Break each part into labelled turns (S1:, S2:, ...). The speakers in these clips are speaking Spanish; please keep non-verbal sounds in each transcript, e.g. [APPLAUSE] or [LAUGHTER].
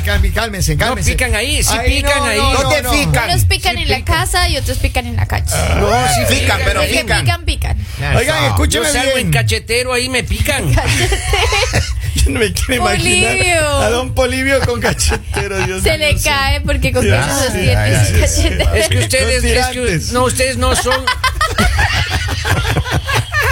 S1: cálmense, cálmense.
S2: No pican ahí, sí pican ahí.
S1: No,
S2: No
S3: te pican.
S4: Unos pican
S2: Sí,
S4: en la
S2: pican.
S4: casa y otros pican en la calle.
S1: Ah.
S3: No, sí pican, pero
S4: Los que
S3: pican.
S4: pican, pican.
S1: Oigan,
S2: Yo
S1: escúcheme
S2: salgo en
S1: bien.
S2: cachetero, ahí me pican.
S1: Yo no me quiero imaginar
S4: Polibio.
S1: a don Polivio con
S3: [LAUGHS]
S1: cachetero. Dios
S4: Se
S1: mío,
S4: le
S1: sí.
S4: cae porque con
S1: Ya,
S4: queso
S1: sí,
S4: sostiene
S1: ya,
S4: su
S1: sí,
S4: cachete.
S2: Es que ustedes,
S1: Los
S2: es que-
S1: tirantes.
S2: no, ustedes no son.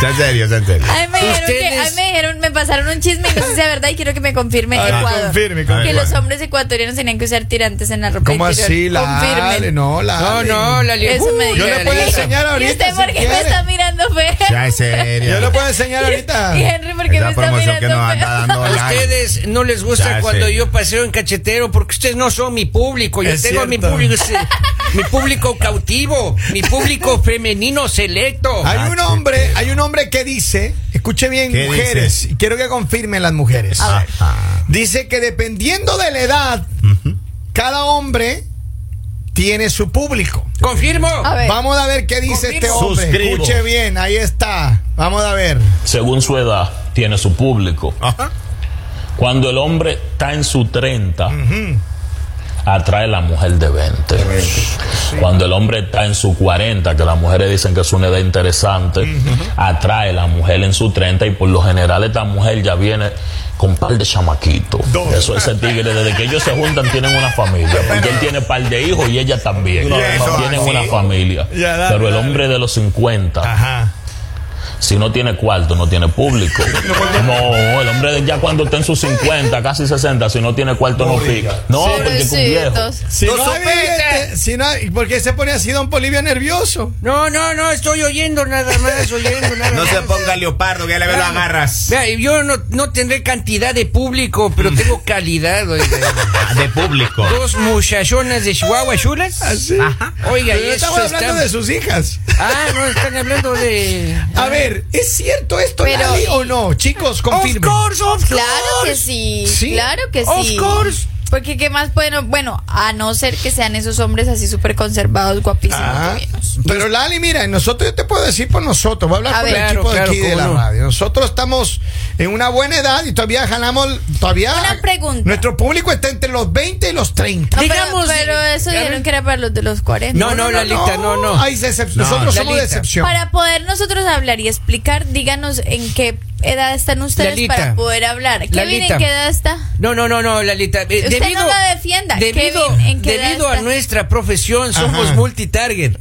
S3: Sean serios, sean serios.
S4: Ay, me dijeron que,
S2: Ustedes-
S4: ay, me dijeron, me pasaron un chisme y no sé si es verdad y quiero que me confirme
S1: A ver,
S4: Ecuador.
S1: Ah, confirme,
S4: Que
S1: confirme.
S4: los hombres ecuatorianos tenían que usar tirantes en la ropa
S1: ¿Cómo
S4: interior.
S1: así? La
S4: Confirmen.
S1: Ale, no, la
S2: No,
S1: Ale.
S2: no, la li-
S4: Eso me
S2: Uh,
S4: dijeron.
S1: Yo le puedo
S2: la li-
S1: enseñar
S4: ¿Y
S1: ahorita.
S4: usted
S1: si
S4: por qué me
S1: quiere.
S4: está mirando feo?
S3: Sean serios.
S1: Yo le puedo enseñar ahorita.
S4: Y [LAUGHS] Henry, ¿por qué me
S3: Esa
S4: está
S3: promoción que
S4: mirando
S3: nos anda
S4: feo?
S3: dando like.
S2: Ustedes no les gusta
S3: Ya
S2: cuando
S3: sé.
S2: yo paseo en cachetero porque ustedes no son mi público. Yo
S1: Es
S2: tengo mi
S1: cierto.
S2: público, se- mi público cautivo, mi público femenino selecto.
S1: Hay un hombre, hay un hombre que dice, escuche bien,
S3: Ah, ¿Qué
S1: mujeres,
S3: dice? Ah.
S1: y quiero que confirmen las mujeres.
S3: Ajá.
S1: Dice que dependiendo de la edad, cada hombre tiene su público.
S2: Confirmo.
S4: A ver.
S1: Vamos a ver qué dice
S2: Confirmo.
S1: este hombre.
S3: Suscribo.
S1: Escuche bien, ahí está. Vamos a ver.
S5: según su edad, tiene su público.
S3: Ajá.
S5: Cuando el hombre está en su 30, atrae la mujer de 20. Cuando el hombre está en su 40, que las mujeres dicen que es una edad interesante, atrae la mujer en su 30 y por lo general esta mujer ya viene con un par de chamaquitos.
S1: Dos.
S5: Eso ese tigre, desde que ellos se juntan tienen una familia. Porque él tiene par de hijos y ella también.
S3: Y eso
S5: Tienen
S3: así.
S5: una familia.
S1: Ya, dale,
S5: Pero el
S1: dale.
S5: hombre de los 50
S1: Ajá.
S5: si no tiene cuarto, no tiene público. [LAUGHS] No, el hombre de- ya cuando está en sus 50, casi 60, si no tiene cuarto, no pica. No, porque es un viejo.
S4: Pobrecitos.
S1: Si no,
S2: No
S1: hay
S2: supiste.
S1: billete, si no hay- ¿por qué se pone así don Polivio nervioso?
S2: No, no, no, estoy oyendo nada más, oyendo nada
S3: No
S2: más.
S3: se ponga leopardo, que a la vez lo agarras.
S2: Vea, yo no, no tendré cantidad de público,
S3: [LAUGHS]
S2: pero tengo calidad. oiga.
S3: Ah, De público.
S2: Dos muchachonas de Chihuahua chulas.
S3: Ajá.
S2: Oiga,
S1: Ah, Pero
S2: y eso
S1: estamos hablando
S2: está-
S1: de sus hijas.
S2: Ah, no, están hablando de.
S1: A ver, ¿es cierto esto,
S4: Pero-
S1: Lali, o no? Chicos, confirmen.
S2: Of course, of course.
S4: Claro que sí,
S1: Sí.
S4: claro que
S2: Of
S4: sí.
S2: course.
S4: Porque qué más pueden, bueno, a no ser que sean esos hombres así súper conservados, guapísimos.
S2: Ah.
S1: Ajá.
S4: divinos.
S1: Pero Lali, mira, nosotros yo te puedo decir por nosotros, voy a hablar
S4: A
S1: por
S4: ver.
S1: el
S2: Claro,
S1: equipo de
S2: claro,
S1: aquí de
S2: cómo
S1: la
S2: no.
S1: radio. Nosotros estamos en una buena edad y todavía jalamos, todavía
S4: Una pregunta.
S1: nuestro público está entre los 20 y los 30.
S4: No, pero-
S2: Digamos-
S4: pero, eso
S2: A ver.
S4: dijeron que era para los de los 40.
S2: No, no, Lalita, no, no.
S1: Ay, se excep-
S3: No,
S1: nosotros somos de
S2: Lalita.
S1: excepción.
S4: Para poder nosotros hablar y explicar, díganos en qué edad están ustedes
S2: Lalita.
S4: para poder hablar. Kevin,
S2: Lalita.
S4: ¿en qué edad está?
S2: No, no, no, no, Lalita. eh,
S4: Usted
S2: debido,
S4: no la defienda,
S2: Debido,
S4: Kevin, ¿en qué edad
S2: debido a
S4: está?
S2: nuestra profesión, somos
S1: Ajá.
S2: multitarget.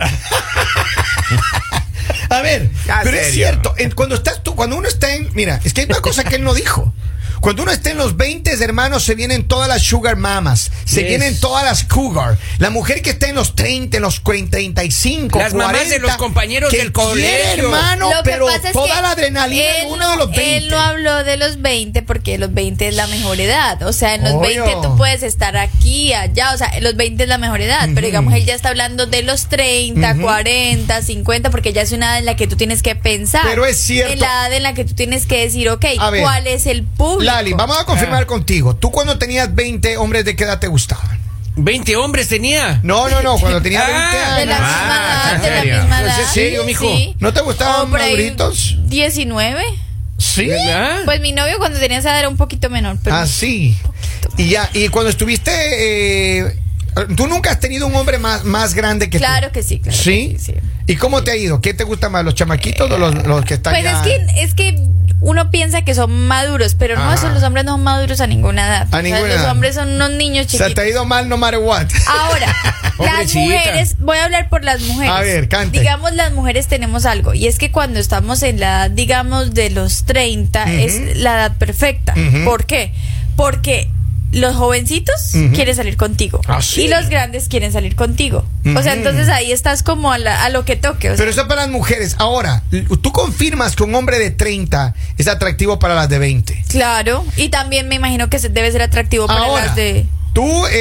S1: A ver,
S2: Ah,
S3: Ya,
S1: pero es
S3: serio.
S1: cierto, en- cuando estás tú, cuando uno está en, mira, es que hay una cosa que él no dijo. Cuando uno está en los 20, hermanos, se vienen todas las sugar mamas, se
S2: Yes.
S1: vienen todas las cougar. La mujer que está en los 30, en los 45,
S2: Las mamás de los compañeros
S1: que
S2: del
S1: quiere,
S2: colegio.
S1: hermano,
S4: Lo que
S1: pero
S4: pasa es
S1: toda
S4: que
S1: la adrenalina de
S4: él
S1: uno de
S4: no-
S1: los 20.
S4: Él no habló de los 20 porque los 20 es la mejor edad. O sea, en los
S1: Obvio.
S4: 20 tú puedes estar aquí, allá. O sea, los 20 es la mejor edad. Pero digamos, él ya está hablando de los 30, 40, 50, porque ya es una edad en la que tú tienes que pensar.
S1: Pero es cierto.
S4: En la edad en la que tú tienes que decir, ok,
S1: A ver,
S4: ¿cuál es el público?
S1: Lali, vamos a
S2: Ah.
S1: confirmar contigo. ¿Tú cuando tenías 20 hombres de qué edad te gustaban?
S2: 20 hombres tenía.
S1: No, no, no, cuando tenías
S2: Ah,
S1: 20 años.
S4: De la
S2: Ah,
S4: misma edad,
S3: ¿en
S4: de la
S3: serio?
S4: misma
S2: Pues, ¿en
S4: edad.
S2: serio, mijo?
S1: ¿No te gustaban
S4: O por ahí
S1: maduritos?
S4: 19.
S1: Sí. Ah.
S2: ¿Verdad?
S4: Pues mi novio cuando tenía esa edad era un poquito menor. Pero
S1: Así. Ah, Y ya, y cuando estuviste, eh, tú nunca has tenido un hombre más, más grande [LAUGHS] que tú?
S4: Claro que sí, claro. que
S1: ¿Sí?
S4: sí, sí.
S1: ¿Y cómo te ha ido? ¿Qué te gusta más, los chamaquitos o los, los que están
S4: Pues es
S1: ya
S4: que, es que uno piensa que son maduros, pero no,
S1: Ajá.
S4: son, los hombres no son maduros a ninguna edad.
S1: A ninguna
S4: los
S1: edad.
S4: hombres son unos niños
S1: O sea, te
S4: chiquitos. Ah,
S1: ha ido mal no matter what. [LAUGHS]
S4: Ahora, las
S2: Pobrecita.
S4: mujeres, voy a hablar por las mujeres.
S1: A ver, cante.
S4: Digamos, las mujeres tenemos algo, y es que cuando estamos en la edad, digamos, de los 30, es la edad perfecta.
S1: Ujú.
S4: ¿Por qué? Porque los jovencitos quieren salir contigo
S1: Ah, sí.
S4: y los grandes quieren salir contigo. O sea,
S1: Ujú.
S4: entonces ahí estás como a, la- a lo que toque. o sea,
S1: Pero eso es para las mujeres. Ahora, tú confirmas que un hombre de 30 es atractivo para las de 20.
S4: Claro, y también me imagino que se- debe ser atractivo para
S1: Ahora,
S4: las de...
S1: tú, eh,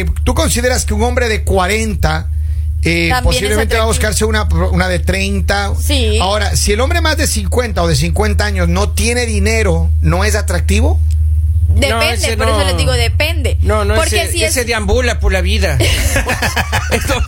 S1: eh, tú consideras que un hombre de 40 eh,
S4: También es
S1: posiblemente va a
S4: atractivo.
S1: buscarse una, una de 30.
S4: Sí.
S1: Ahora, si el hombre más de 50 o de 50 años no tiene dinero, ¿no es atractivo?
S4: Depende,
S2: ese
S4: por eso
S2: no.
S4: les digo, depende.
S2: No, no,
S4: Porque
S2: ese,
S4: [LAUGHS] si es...
S2: ese deambula por la vida. Esto-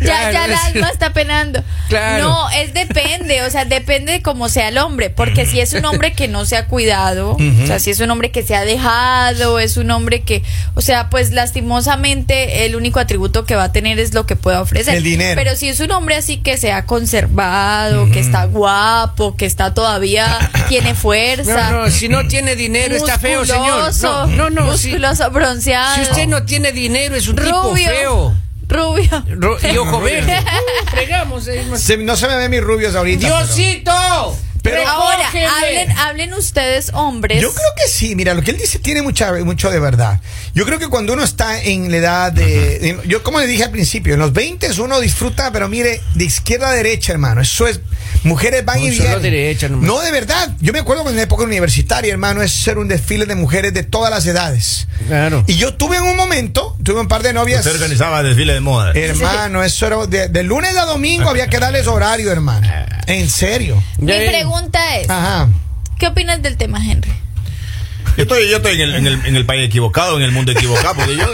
S4: ya, ya el
S2: Claro.
S4: alma está penando.
S2: Claro.
S4: No, es depende, o sea, depende de cómo sea el hombre, porque si es un hombre que no se ha cuidado, o sea, si es un hombre que se ha dejado, es un hombre que, o sea, pues lastimosamente el único atributo que va a tener es lo que pueda ofrecer.
S1: El dinero.
S4: Pero si es un hombre así que se ha conservado, que está guapo, que está
S2: [COUGHS]
S4: todavía, tiene fuerza.
S2: No, no, si no tiene dinero está feo, señor. No,
S4: musculoso,
S2: no, no, si,
S4: musculoso, bronceado.
S2: si usted no tiene dinero es un tipo
S4: rubio.
S2: feo.
S4: Rubio.
S2: Ro- y ojo verde. Uh, Fregamos. eh, no-
S1: Se- no se me ven mis rubios ahorita.
S2: Diosito.
S1: Pero-
S4: Ahora,
S2: recógeme.
S4: hablen, ah, hablen ustedes, hombres.
S1: pero yo creo que sí, mira, lo que él dice tiene mucha, mucho de verdad. Yo creo que cuando uno está en la edad de... en- yo como le dije al principio, en los 20 uno disfruta, pero mire, de izquierda a derecha, hermano. Eso es... Mujeres van
S2: No,
S1: y
S2: solo
S1: vienen.
S2: derecha nomás.
S1: no, de verdad. Yo me acuerdo que en la época universitaria, hermano, es ser un desfile de mujeres de todas las edades.
S2: Claro.
S1: Y yo tuve en un momento, tuve un par de novias.
S3: Usted organizaba desfile de moda.
S1: Eh, Hermano, eso era de, de lunes a domingo había que darles horario, hermano.
S2: Ah.
S1: En serio.
S4: Mi
S2: Ya, Ah. ya.
S4: pregunta es,
S1: Ajá.
S4: ¿qué opinas del tema, Henry?
S3: Yo estoy, yo estoy en, el, en, el, en el país equivocado, en el mundo equivocado, porque yo,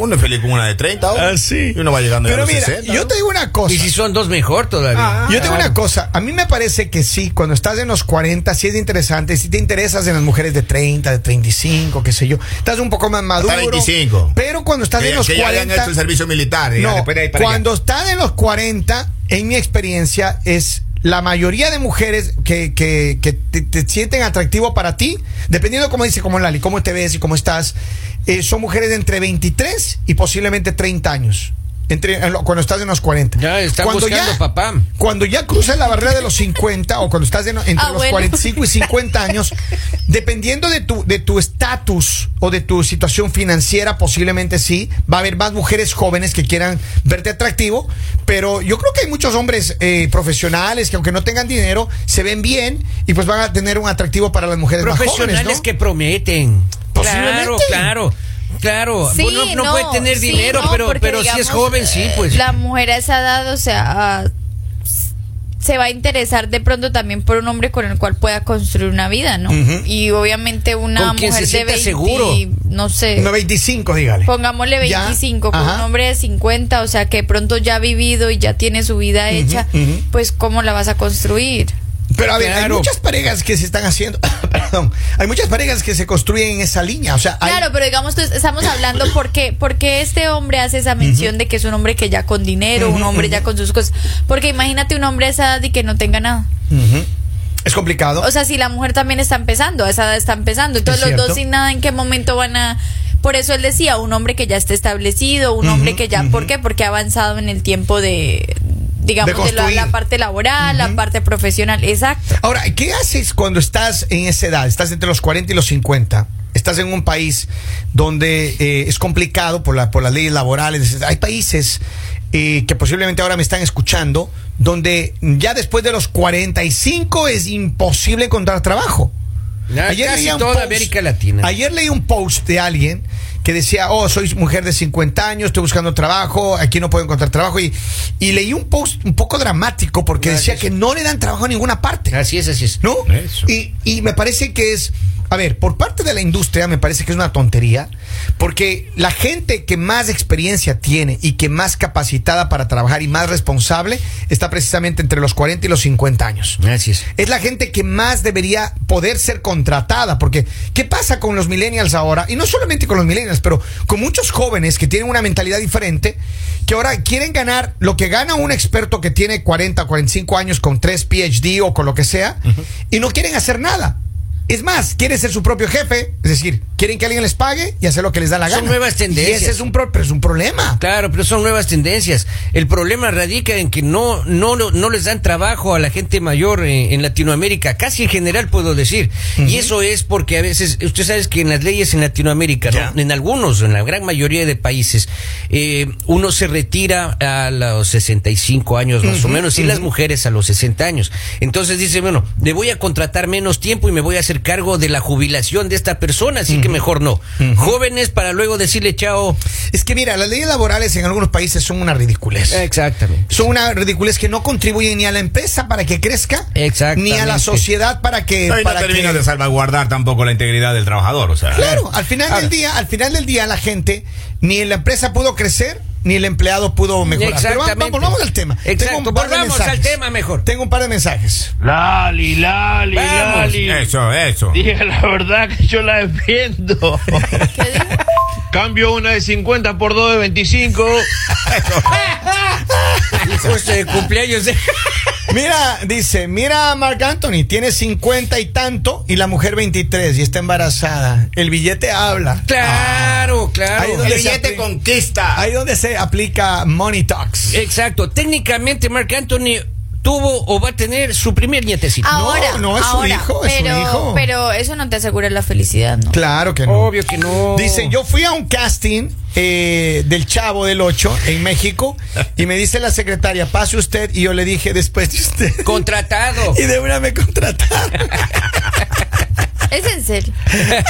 S3: uno es feliz con una de 30, ¿o? y uno va llegando ya
S1: Ah, Pero
S3: a los
S1: mira,
S3: 60.
S1: yo
S3: ¿no?
S1: te digo una cosa.
S2: Y si son dos mejor
S3: Ah,
S2: todavía.
S1: Yo tengo una cosa, a mí me parece que sí, cuando estás en los 40, sí es interesante, si te interesas en las mujeres de 30, de 35, qué sé yo, estás un poco más maduro.
S3: 25.
S1: Pero cuando estás
S3: que,
S1: en los
S3: que ya habían
S1: 40...
S3: hecho el servicio militar. ya,
S1: No,
S3: después de ahí para
S1: cuando
S3: allá.
S1: están en los 40, en mi experiencia, es la mayoría de mujeres que, que- que te, te sienten atractivo para ti, dependiendo como dice, como Lali, cómo te ves y cómo estás, eh, son mujeres de entre 23 y posiblemente 30 años. Entre, en lo- cuando estás en los 40.
S2: Ya están buscando papá.
S1: Cuando ya cruzas la barrera de los 50 o cuando estás en- entre
S4: Ah,
S1: los
S4: bueno.
S1: 45 y 50
S4: [LAUGHS]
S1: años, dependiendo de tu de tu estatus o de tu situación financiera, posiblemente sí, va a haber más mujeres jóvenes que quieran verte atractivo, pero yo creo que hay muchos hombres eh, profesionales que aunque no tengan dinero, se ven bien y pues van a tener un atractivo para las mujeres más
S2: Profesionales
S1: jóvenes, ¿no?
S2: que prometen. Claro,
S1: Posiblemente.
S2: claro. Claro,
S4: Sí,
S2: Bueno, no,
S4: no,
S2: puede tener
S4: sí,
S2: dinero,
S4: no,
S2: pero,
S4: porque,
S2: pero si es
S4: digamos,
S2: joven, sí,
S4: eh,
S2: pues.
S4: La mujer a esa edad, o sea, ah, s- se va a interesar de pronto también por un hombre con el cual pueda construir una vida, ¿no? Y obviamente una
S2: Con quien se
S4: mujer de
S2: sienta
S4: 20,
S2: seguro.
S4: no sé.
S1: No, 25, dígale.
S4: Pongámosle
S1: Ya,
S4: 25 con
S1: ajá.
S4: un hombre de 50, o sea, que de pronto ya ha vivido y ya tiene su vida hecha,
S1: ujú.
S4: pues ¿cómo la vas a construir?
S1: Pero a ver, hay
S2: Claro.
S1: muchas parejas que se están haciendo, [COUGHS] perdón, hay muchas parejas que se construyen en esa línea, o sea, hay-
S4: Claro, pero digamos, entonces, estamos hablando porque, porque este hombre hace esa mención de que es un hombre que ya con dinero, un hombre ya con sus cosas. Porque imagínate un hombre a esa edad y que no tenga nada.
S1: Ujú. es complicado.
S4: O sea, si la mujer también está empezando, a esa edad está empezando. Entonces,
S1: Es
S4: los dos
S1: cierto.
S4: sin nada, ¿en qué momento van a.? Por eso él decía, un hombre que ya está establecido, un hombre que ya. ¿Por qué? Porque ha avanzado en el tiempo de. Digamos,
S1: De
S4: de, la, la
S1: construir.
S4: parte laboral, la parte profesional. Exacto.
S1: Ahora, ¿qué haces cuando estás en esa edad? Estás entre los 40 y los 50. Estás en un país donde eh, es complicado por, la, por las leyes laborales. Hay países eh, que posiblemente ahora me están escuchando donde ya después de los 45 es imposible encontrar trabajo.
S2: Ya, casi toda América Latina.
S1: Ayer leí un post de alguien que decía, oh, soy mujer de 50 años, estoy buscando trabajo, aquí no puedo encontrar trabajo. Y, y leí un post un poco dramático porque
S2: Ya,
S1: decía
S2: que
S1: que no le dan trabajo a ninguna parte.
S2: Así es, así es.
S1: ¿no?
S3: Eso.
S1: Y, y me parece que es, a ver, por parte de la industria me parece que es una tontería, porque la gente que más experiencia tiene y que más capacitada para trabajar y más responsable está precisamente entre los 40 y los 50 años.
S2: Así es.
S1: Es la gente que más debería poder ser contratada, porque ¿qué pasa con los millennials ahora? Y no solamente con los millennials, pero con muchos jóvenes que tienen una mentalidad diferente, que ahora quieren ganar lo que gana un experto que tiene 40 o 45 años con 3 PhD o con lo que sea, y no quieren hacer nada. Es más, quieren ser su propio jefe, es decir, quieren que alguien les pague y hacer lo que les da la
S2: Son
S1: gana.
S2: nuevas tendencias.
S1: Y ese es un, pro- pero es un problema.
S2: Claro, pero son nuevas tendencias. El problema radica en que no, no, no les dan trabajo a la gente mayor eh, en, Latinoamérica, casi en general puedo decir. Y eso es porque a veces, usted sabe que en las leyes en Latinoamérica, ¿no?
S1: Ya.
S2: en algunos, en la gran mayoría de países, eh, uno se retira a los 65 años más o menos y las mujeres a los 60 años. Entonces dice, bueno, le voy a contratar menos tiempo y me voy a hacer cargo de la jubilación de esta persona, así que mejor no. Jóvenes para luego decirle chao.
S1: Es que mira, las leyes laborales en algunos países son una ridiculez.
S2: Eh, Exactamente.
S1: son una ridiculez que no contribuyen ni a la empresa para que crezca,
S2: Exactamente.
S1: ni a la sociedad para que,
S3: No, y no
S1: para
S3: termina
S1: que-
S3: de salvaguardar tampoco la integridad del trabajador, o sea.
S1: claro, al final
S3: Ahora.
S1: del día, al final del día la gente ni la empresa pudo crecer ni el empleado pudo mejorar. Pero vamos,
S2: Exactamente.
S1: vamos, vamos al tema.
S2: Exacto,
S1: Tengo un par de
S2: volvamos
S1: mensajes.
S2: al tema mejor.
S1: Tengo un par de mensajes.
S6: Lali, Lali,
S2: Vamos,
S6: Lali.
S3: Eso, eso.
S6: Dije la verdad que yo la defiendo.
S4: ¿Qué dijo?
S6: Cambio una de 50 por dos de 25.
S2: Justo de pues, eh,
S1: [LAUGHS]
S2: cumpleaños. de-
S1: Mira, dice, mira a Mark Anthony, tiene 50 y tanto y la mujer 23 y está embarazada. El billete habla.
S2: Claro, claro.
S1: Ahí es donde se apli-
S3: conquista.
S1: Ahí donde se aplica Money
S2: Eh,
S1: Talks.
S2: Exacto. Técnicamente, Marc Anthony tuvo o va a tener su primer nietecito.
S1: Ah.
S4: Ahora,
S1: no, es su
S4: ahora,
S1: hijo, es su
S4: pero,
S1: hijo.
S4: pero eso no te asegura la felicidad, ¿no?
S1: Claro que no.
S2: Obvio que no.
S1: Dice, yo fui a un casting eh, del Chavo del 8 en México y me dice la secretaria, pase usted y yo le dije después de usted.
S2: Contratado.
S1: [LAUGHS] y de una me contrataron.
S4: Es en serio.
S1: [LAUGHS]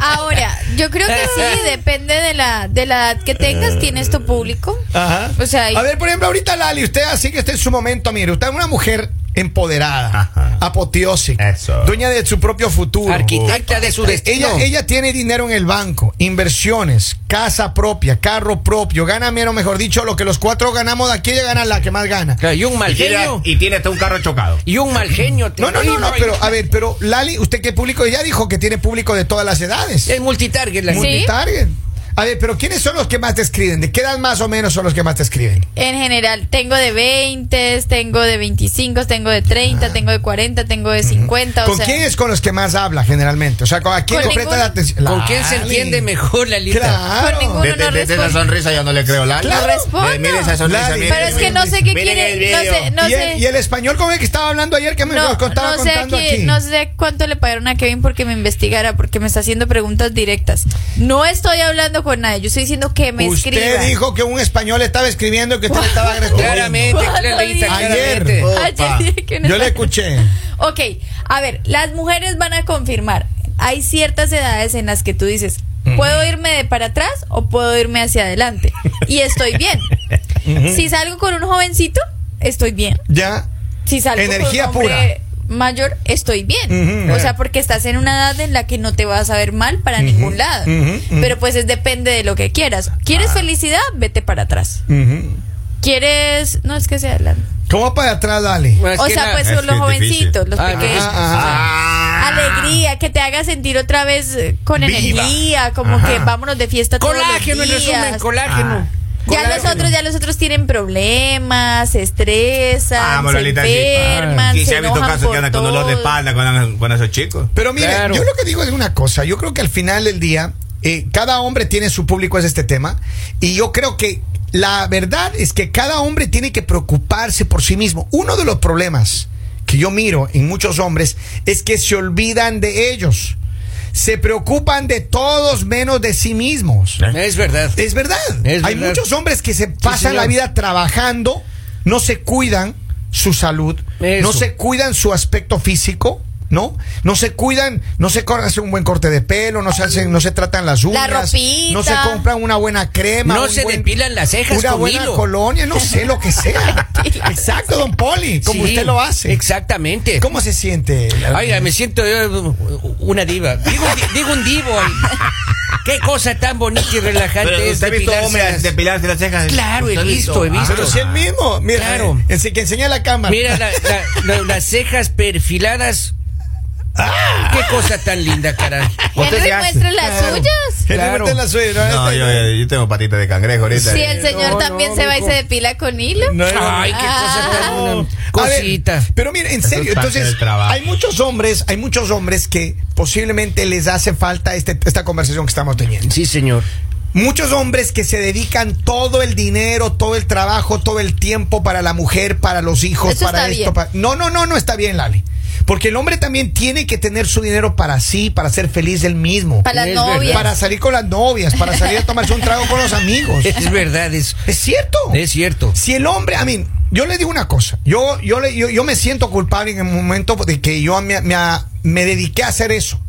S4: Ahora, yo creo que sí, depende de la, de la edad que tengas, tienes tu público.
S1: Ajá.
S4: O sea, y-
S1: a ver, por ejemplo, ahorita Lali, usted así que está en su momento, mire, usted es una mujer empoderada,
S3: Ajá.
S1: apoteósica,
S3: Eso.
S1: dueña de su propio futuro.
S2: Arquitecta de su destino.
S1: Ella, ella tiene dinero en el banco, inversiones, casa propia, carro propio, gana menos, mejor dicho, lo que los cuatro ganamos de aquí, ella gana la que más gana.
S2: Claro, Y un mal
S3: Y tiene,
S2: genio.
S3: y tiene hasta un carro chocado.
S2: Y un mal genio.
S1: No, no, no, no,
S2: terrible.
S1: pero a ver, pero Lali, ¿usted qué público? Ella dijo que tiene público de todas las edades.
S2: Es multitarget la
S4: Sí.
S2: gente.
S1: Target. A ver, pero ¿quiénes son los que más te escriben? ¿De qué edad más o menos son los que más te escriben?
S4: En general, tengo de 20, tengo de 25, tengo de 30, tengo de 40, tengo de 50.
S1: Ah. ¿Con
S4: o sea,
S1: quién es con los que más habla generalmente? O sea, ¿con- ¿a quién
S4: Con
S1: le presta
S4: ninguno.
S1: la atención?
S2: ¿Con quién se
S1: Lali.
S2: entiende mejor la lista?
S1: Claro.
S4: Con ninguno.
S3: De, de-
S4: no
S3: de- de esa
S4: responde.
S3: sonrisa yo no le creo, Lali.
S4: No respondo.
S3: Eh, mire esa sonrisa.
S1: Lali.
S3: mire,
S4: Pero es que
S3: mire.
S4: no sé qué
S3: Miren el
S4: quiere. No
S3: video.
S4: sé, no
S1: y, el, y
S4: sé.
S1: el español con el que estaba hablando ayer que me
S4: No,
S1: nos contaba
S4: no sé
S1: contando
S4: a
S1: aquí.
S4: quién- no sé cuánto le pagaron a Kevin porque me investigara, porque me está haciendo preguntas directas. No estoy hablando con nadie, yo estoy diciendo que me
S1: usted
S4: escriba.
S1: dijo que un español estaba escribiendo que usted le
S4: [LAUGHS]
S1: estaba respondiendo.
S2: Claramente,
S4: ¿Cuándo
S2: Clarita,
S4: dije?
S2: claramente.
S1: Ayer.
S4: Ayer dije que no
S1: Yo le
S4: estaba-
S1: escuché.
S4: Ok, a ver, las mujeres van a confirmar. Hay ciertas edades en las que tú dices, ¿puedo irme de para atrás o puedo irme hacia adelante? Y estoy
S1: [LAUGHS]
S4: bien. Si salgo con un jovencito, estoy bien.
S1: Ya.
S4: Si salgo
S1: Energía
S4: con un
S1: pura.
S4: hombre mayor, estoy bien.
S1: Ujú.
S4: O sea, porque estás en una edad en la que no te vas a ver mal para ningún lado.
S1: ujú, ujú. Ah.
S4: Pero pues es depende de lo que quieras. ¿Quieres felicidad? Vete para atrás.
S1: Ujú.
S4: ¿Quieres...? No, es que sea adelante.
S1: ¿Cómo para atrás, Lali?
S2: Bueno, es
S4: O
S2: que
S4: sea,
S2: la-
S4: pues
S3: es
S4: son los
S3: que es difícil.
S4: jovencitos, los
S2: Ah,
S4: pequeños.
S1: Ah,
S3: Ah.
S4: alegría, que te haga sentir otra vez eh, con
S3: Viva.
S4: energía, como
S3: Ajá.
S4: que vámonos de fiesta todos los
S2: Colágeno, en resumen,
S4: días.
S2: colágeno.
S1: Ah,
S4: ya los
S2: Colágeno.
S4: otros, ya los otros tienen problemas, se estresan,
S3: Vamos,
S4: se
S3: Lolita, Ah, sí.
S4: enferman,
S3: Sí,
S4: se
S3: se ha visto
S4: enojan
S3: casos
S4: por
S3: que andan con dolor de
S4: todo.
S3: espalda con, con esos chicos.
S1: Pero mire,
S2: Claro.
S1: yo lo que digo es una cosa. Yo creo que al final del día, eh, cada hombre tiene su público, es este tema. Y yo creo que la verdad es que cada hombre tiene que preocuparse por sí mismo. Uno de los problemas que yo miro en muchos hombres es que se olvidan de ellos. Se preocupan de todos menos de sí mismos.
S2: Es verdad.
S1: Es verdad.
S2: Es
S1: Hay
S2: verdad.
S1: muchos hombres que se pasan
S2: señor.
S1: la vida trabajando, no se cuidan su salud,
S2: Eso.
S1: no se cuidan su aspecto físico. ¿No? No se cuidan, no se cor- hacen un buen corte de pelo, no se hacen, no se tratan las uñas,
S4: ropita.
S1: no se compran una buena crema,
S2: No
S1: un
S2: se
S1: buen-
S2: depilan las cejas
S1: una
S2: con
S1: buena
S2: hilo.
S1: colonia, no sé lo que
S2: [LAUGHS]
S1: sea. Exacto, don Poli, como
S2: Sí,
S1: usted lo hace.
S2: Exactamente.
S1: ¿Cómo se siente?
S2: Oiga, me siento eh, una diva. Digo, un di- digo un divo. ay. Qué cosa tan bonita y relajante
S3: Pero
S2: es
S3: usted ha visto
S2: depilarse
S3: hombres
S2: las-
S3: depilarse las cejas.
S2: Claro, he
S3: ¿Usted ha
S2: visto, he visto.
S1: Ah, Pero si el mismo, mira,
S2: Claro.
S1: eh, que enseña la cámara.
S2: Mira la- la- la- las cejas perfiladas. Qué cosa tan linda, caray.
S3: Usted se
S4: Henry,
S3: hace.
S4: muestre las
S2: Claro.
S4: suyas.
S1: [LAUGHS] Que le
S2: claro.
S1: meten la suya, ¿no?
S3: No,
S1: Este-
S3: yo, yo- yo tengo patita de cangrejo ahorita.
S4: Si el señor
S2: No,
S4: también
S2: no,
S4: se va y
S2: mijo.
S4: se depila con hilo.
S2: Ay, qué cosa tan
S1: No. A ver,
S2: cosita.
S1: pero mire, en
S3: Eso es
S1: serio,
S3: parte
S1: entonces
S3: del trabajo.
S1: hay muchos hombres, hay muchos hombres que posiblemente les hace falta este- esta conversación que estamos teniendo.
S2: Sí, señor.
S1: Muchos hombres que se dedican todo el dinero, todo el trabajo, todo el tiempo para la mujer, para los hijos,
S4: Eso
S1: para
S4: está
S1: esto.
S4: bien.
S1: para- No, no, no, no está bien, Lali. Porque el hombre también tiene que tener su dinero para sí, para ser feliz él mismo.
S4: Para las
S2: Es verdad.
S4: novias.
S1: Para salir con las novias, para salir a tomarse un trago con los
S4: [LAUGHS]
S1: amigos.
S2: Es verdad, es,
S1: Es cierto.
S2: es cierto.
S1: Si el hombre, a mí, yo le digo una cosa, yo, yo, le, yo, yo me siento culpable en el momento de que yo me, me, me dediqué a hacer eso.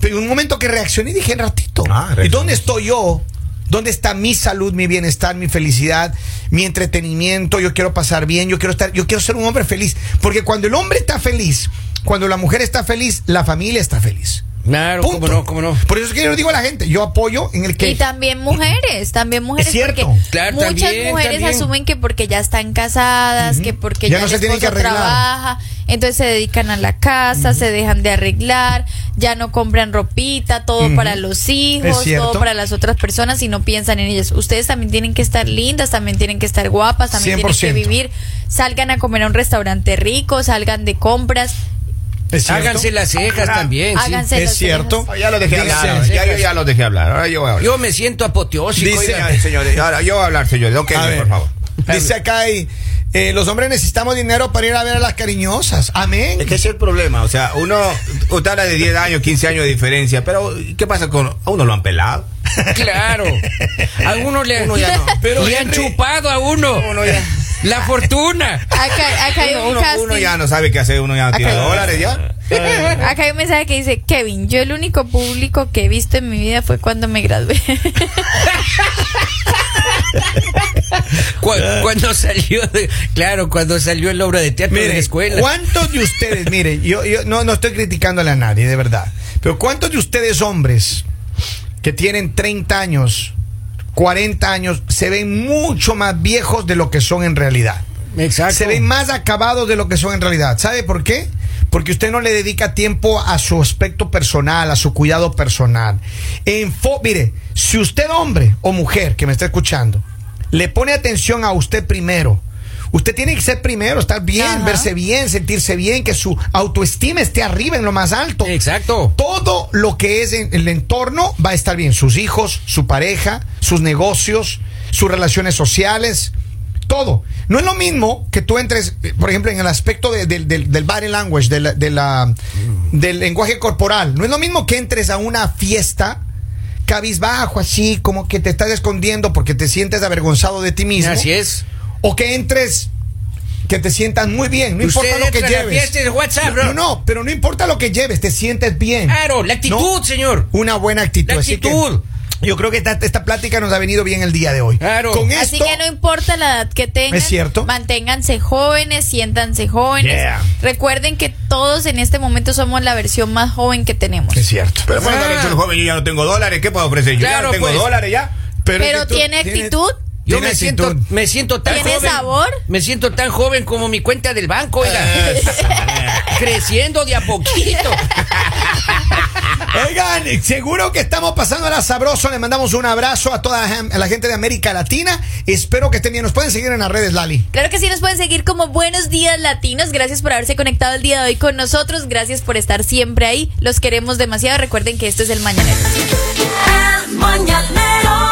S1: Pero en un momento que reaccioné dije, ratito,
S3: Ah, reaccioné.
S1: ¿y dónde estoy yo? ¿Dónde está mi salud, mi bienestar, mi felicidad, mi entretenimiento? Yo quiero pasar bien, yo quiero estar, yo quiero ser un hombre feliz. Porque cuando el hombre está feliz, cuando la mujer está feliz, la familia está feliz.
S2: Claro,
S1: Punto.
S2: cómo no, cómo no.
S1: Por eso es que yo le digo a la gente, yo apoyo en el que...
S4: Y también mujeres, también mujeres.
S1: Es cierto.
S4: porque
S2: Claro,
S4: muchas
S2: también,
S4: mujeres
S2: también.
S4: asumen que porque ya están casadas, que porque
S1: Ya
S4: ya,
S1: no
S4: el
S1: se tienen que
S4: esposo
S1: arreglar.
S4: trabaja, entonces se dedican a la casa, se dejan de arreglar, ya no compran ropita, todo para los
S1: Es
S4: hijos,
S1: cierto.
S4: todo para las otras personas y no piensan en ellas. Ustedes también tienen que estar lindas, también tienen que estar guapas, también tienen
S1: 100%.
S4: que vivir. Salgan a comer a un restaurante rico, salgan de compras,
S1: ¿Es cierto?
S2: Háganse las cejas también. Eh, sí.
S4: háganse las
S1: Es
S4: cejas.
S1: cierto.
S3: Ah, ya lo dejé
S1: Dice-
S3: hablar. Ya, yo ya lo dejé hablar. Ahora yo voy a hablar.
S2: Yo me siento apoteósico.
S1: Dice-
S2: oiga.
S3: Ay, señores, ahora yo voy a hablar, señores. Ok,
S1: A ver,
S3: por favor.
S1: Dice acá ahí, eh, los hombres necesitamos dinero para ir a ver a las cariñosas. Amén.
S3: Es que ese es el problema. O sea, uno, usted habla de 10 años, 15 años de diferencia, pero ¿qué pasa con.? A uno lo han pelado.
S2: Claro. A uno le,
S3: Uno ya no.
S2: Pero le han
S3: Henry-
S2: chupado a uno.
S3: Uno ya-
S2: La fortuna.
S4: Acá, acá hay
S3: Uno,
S4: un
S3: uno-
S4: casting.
S3: uno ya no sabe qué hacer, uno ya no tiene
S4: Acá-
S3: dólares ya.
S4: Acá hay un mensaje que dice, Kevin, yo el único público que he visto en mi vida fue cuando me gradué. [LAUGHS]
S2: Cu- cuando salió, de- claro, cuando salió en la obra de teatro de la
S1: Mire,
S2: escuela.
S1: ¿cuántos de
S2: [LAUGHS]
S1: ustedes, mire, yo, yo no, no estoy criticándole a nadie, de verdad, pero ¿cuántos de ustedes hombres que tienen 30 años, 40 años, se ven mucho más viejos de lo que son en realidad?
S2: Exacto.
S1: Se ven más acabados de lo que son en realidad. ¿Sabe por qué? Porque usted no le dedica tiempo a su aspecto personal, a su cuidado personal. Enfo- mire, si usted hombre o mujer que me está escuchando, le pone atención a usted primero. Usted tiene que ser primero, estar bien,
S4: Ajá.
S1: verse bien, sentirse bien, que su autoestima esté arriba en lo más alto.
S2: Exacto.
S1: Todo lo que es en el entorno va a estar bien. Sus hijos, su pareja, sus negocios, sus relaciones sociales, todo. No es lo mismo que tú entres, eh, por ejemplo, en el aspecto de- del- del, del body language, de la- de la-
S2: Mm.
S1: del lenguaje corporal. No es lo mismo que entres a una fiesta cabizbajo, así como que te estás escondiendo porque te sientes avergonzado de ti mismo.
S2: Así es.
S1: O que entres, que te sientas muy bien, no importa
S2: Usted
S1: lo que
S2: entra a la
S1: lleves.
S2: fiesta de WhatsApp, bro.
S1: No, no, pero no importa lo que lleves, te sientes bien.
S2: Claro, la actitud,
S1: No.
S2: señor.
S1: Una buena actitud.
S2: La
S1: Así que
S2: actitud.
S1: yo creo que esta, esta plática nos ha venido bien el día de hoy.
S2: Claro.
S1: Con esto,
S4: Así que no importa la edad que tengan,
S1: Es cierto.
S4: manténganse jóvenes, siéntanse jóvenes.
S1: Yeah.
S4: Recuerden que todos en este momento somos la versión más joven que tenemos.
S1: es cierto.
S3: Pero bueno,
S2: Ah.
S3: también soy joven, yo ya no tengo dólares. ¿Qué puedo ofrecer? Yo ya
S2: Claro,
S3: no tengo
S2: pues.
S3: dólares ya.
S4: Pero,
S1: actitud,
S4: tiene actitud.
S2: Yo
S1: tiene
S2: me siento,
S1: actitud.
S2: me siento tan
S4: ¿Tiene
S2: joven.
S4: sabor?
S2: Me siento tan joven como mi cuenta del banco, oiga.
S1: Ah.
S2: Creciendo de a poquito.
S1: Oigan, seguro que estamos pasando la sabroso. Le mandamos un abrazo a toda la, a la gente de América Latina. Espero que estén bien. Nos pueden seguir en las redes, Lali.
S4: Claro que sí, nos pueden seguir como Buenos Días Latinos. Gracias por haberse conectado el día de hoy con nosotros. Gracias por estar este siempre ahí. Los queremos demasiado. Recuerden que esto es el mañanero.
S7: El mañanero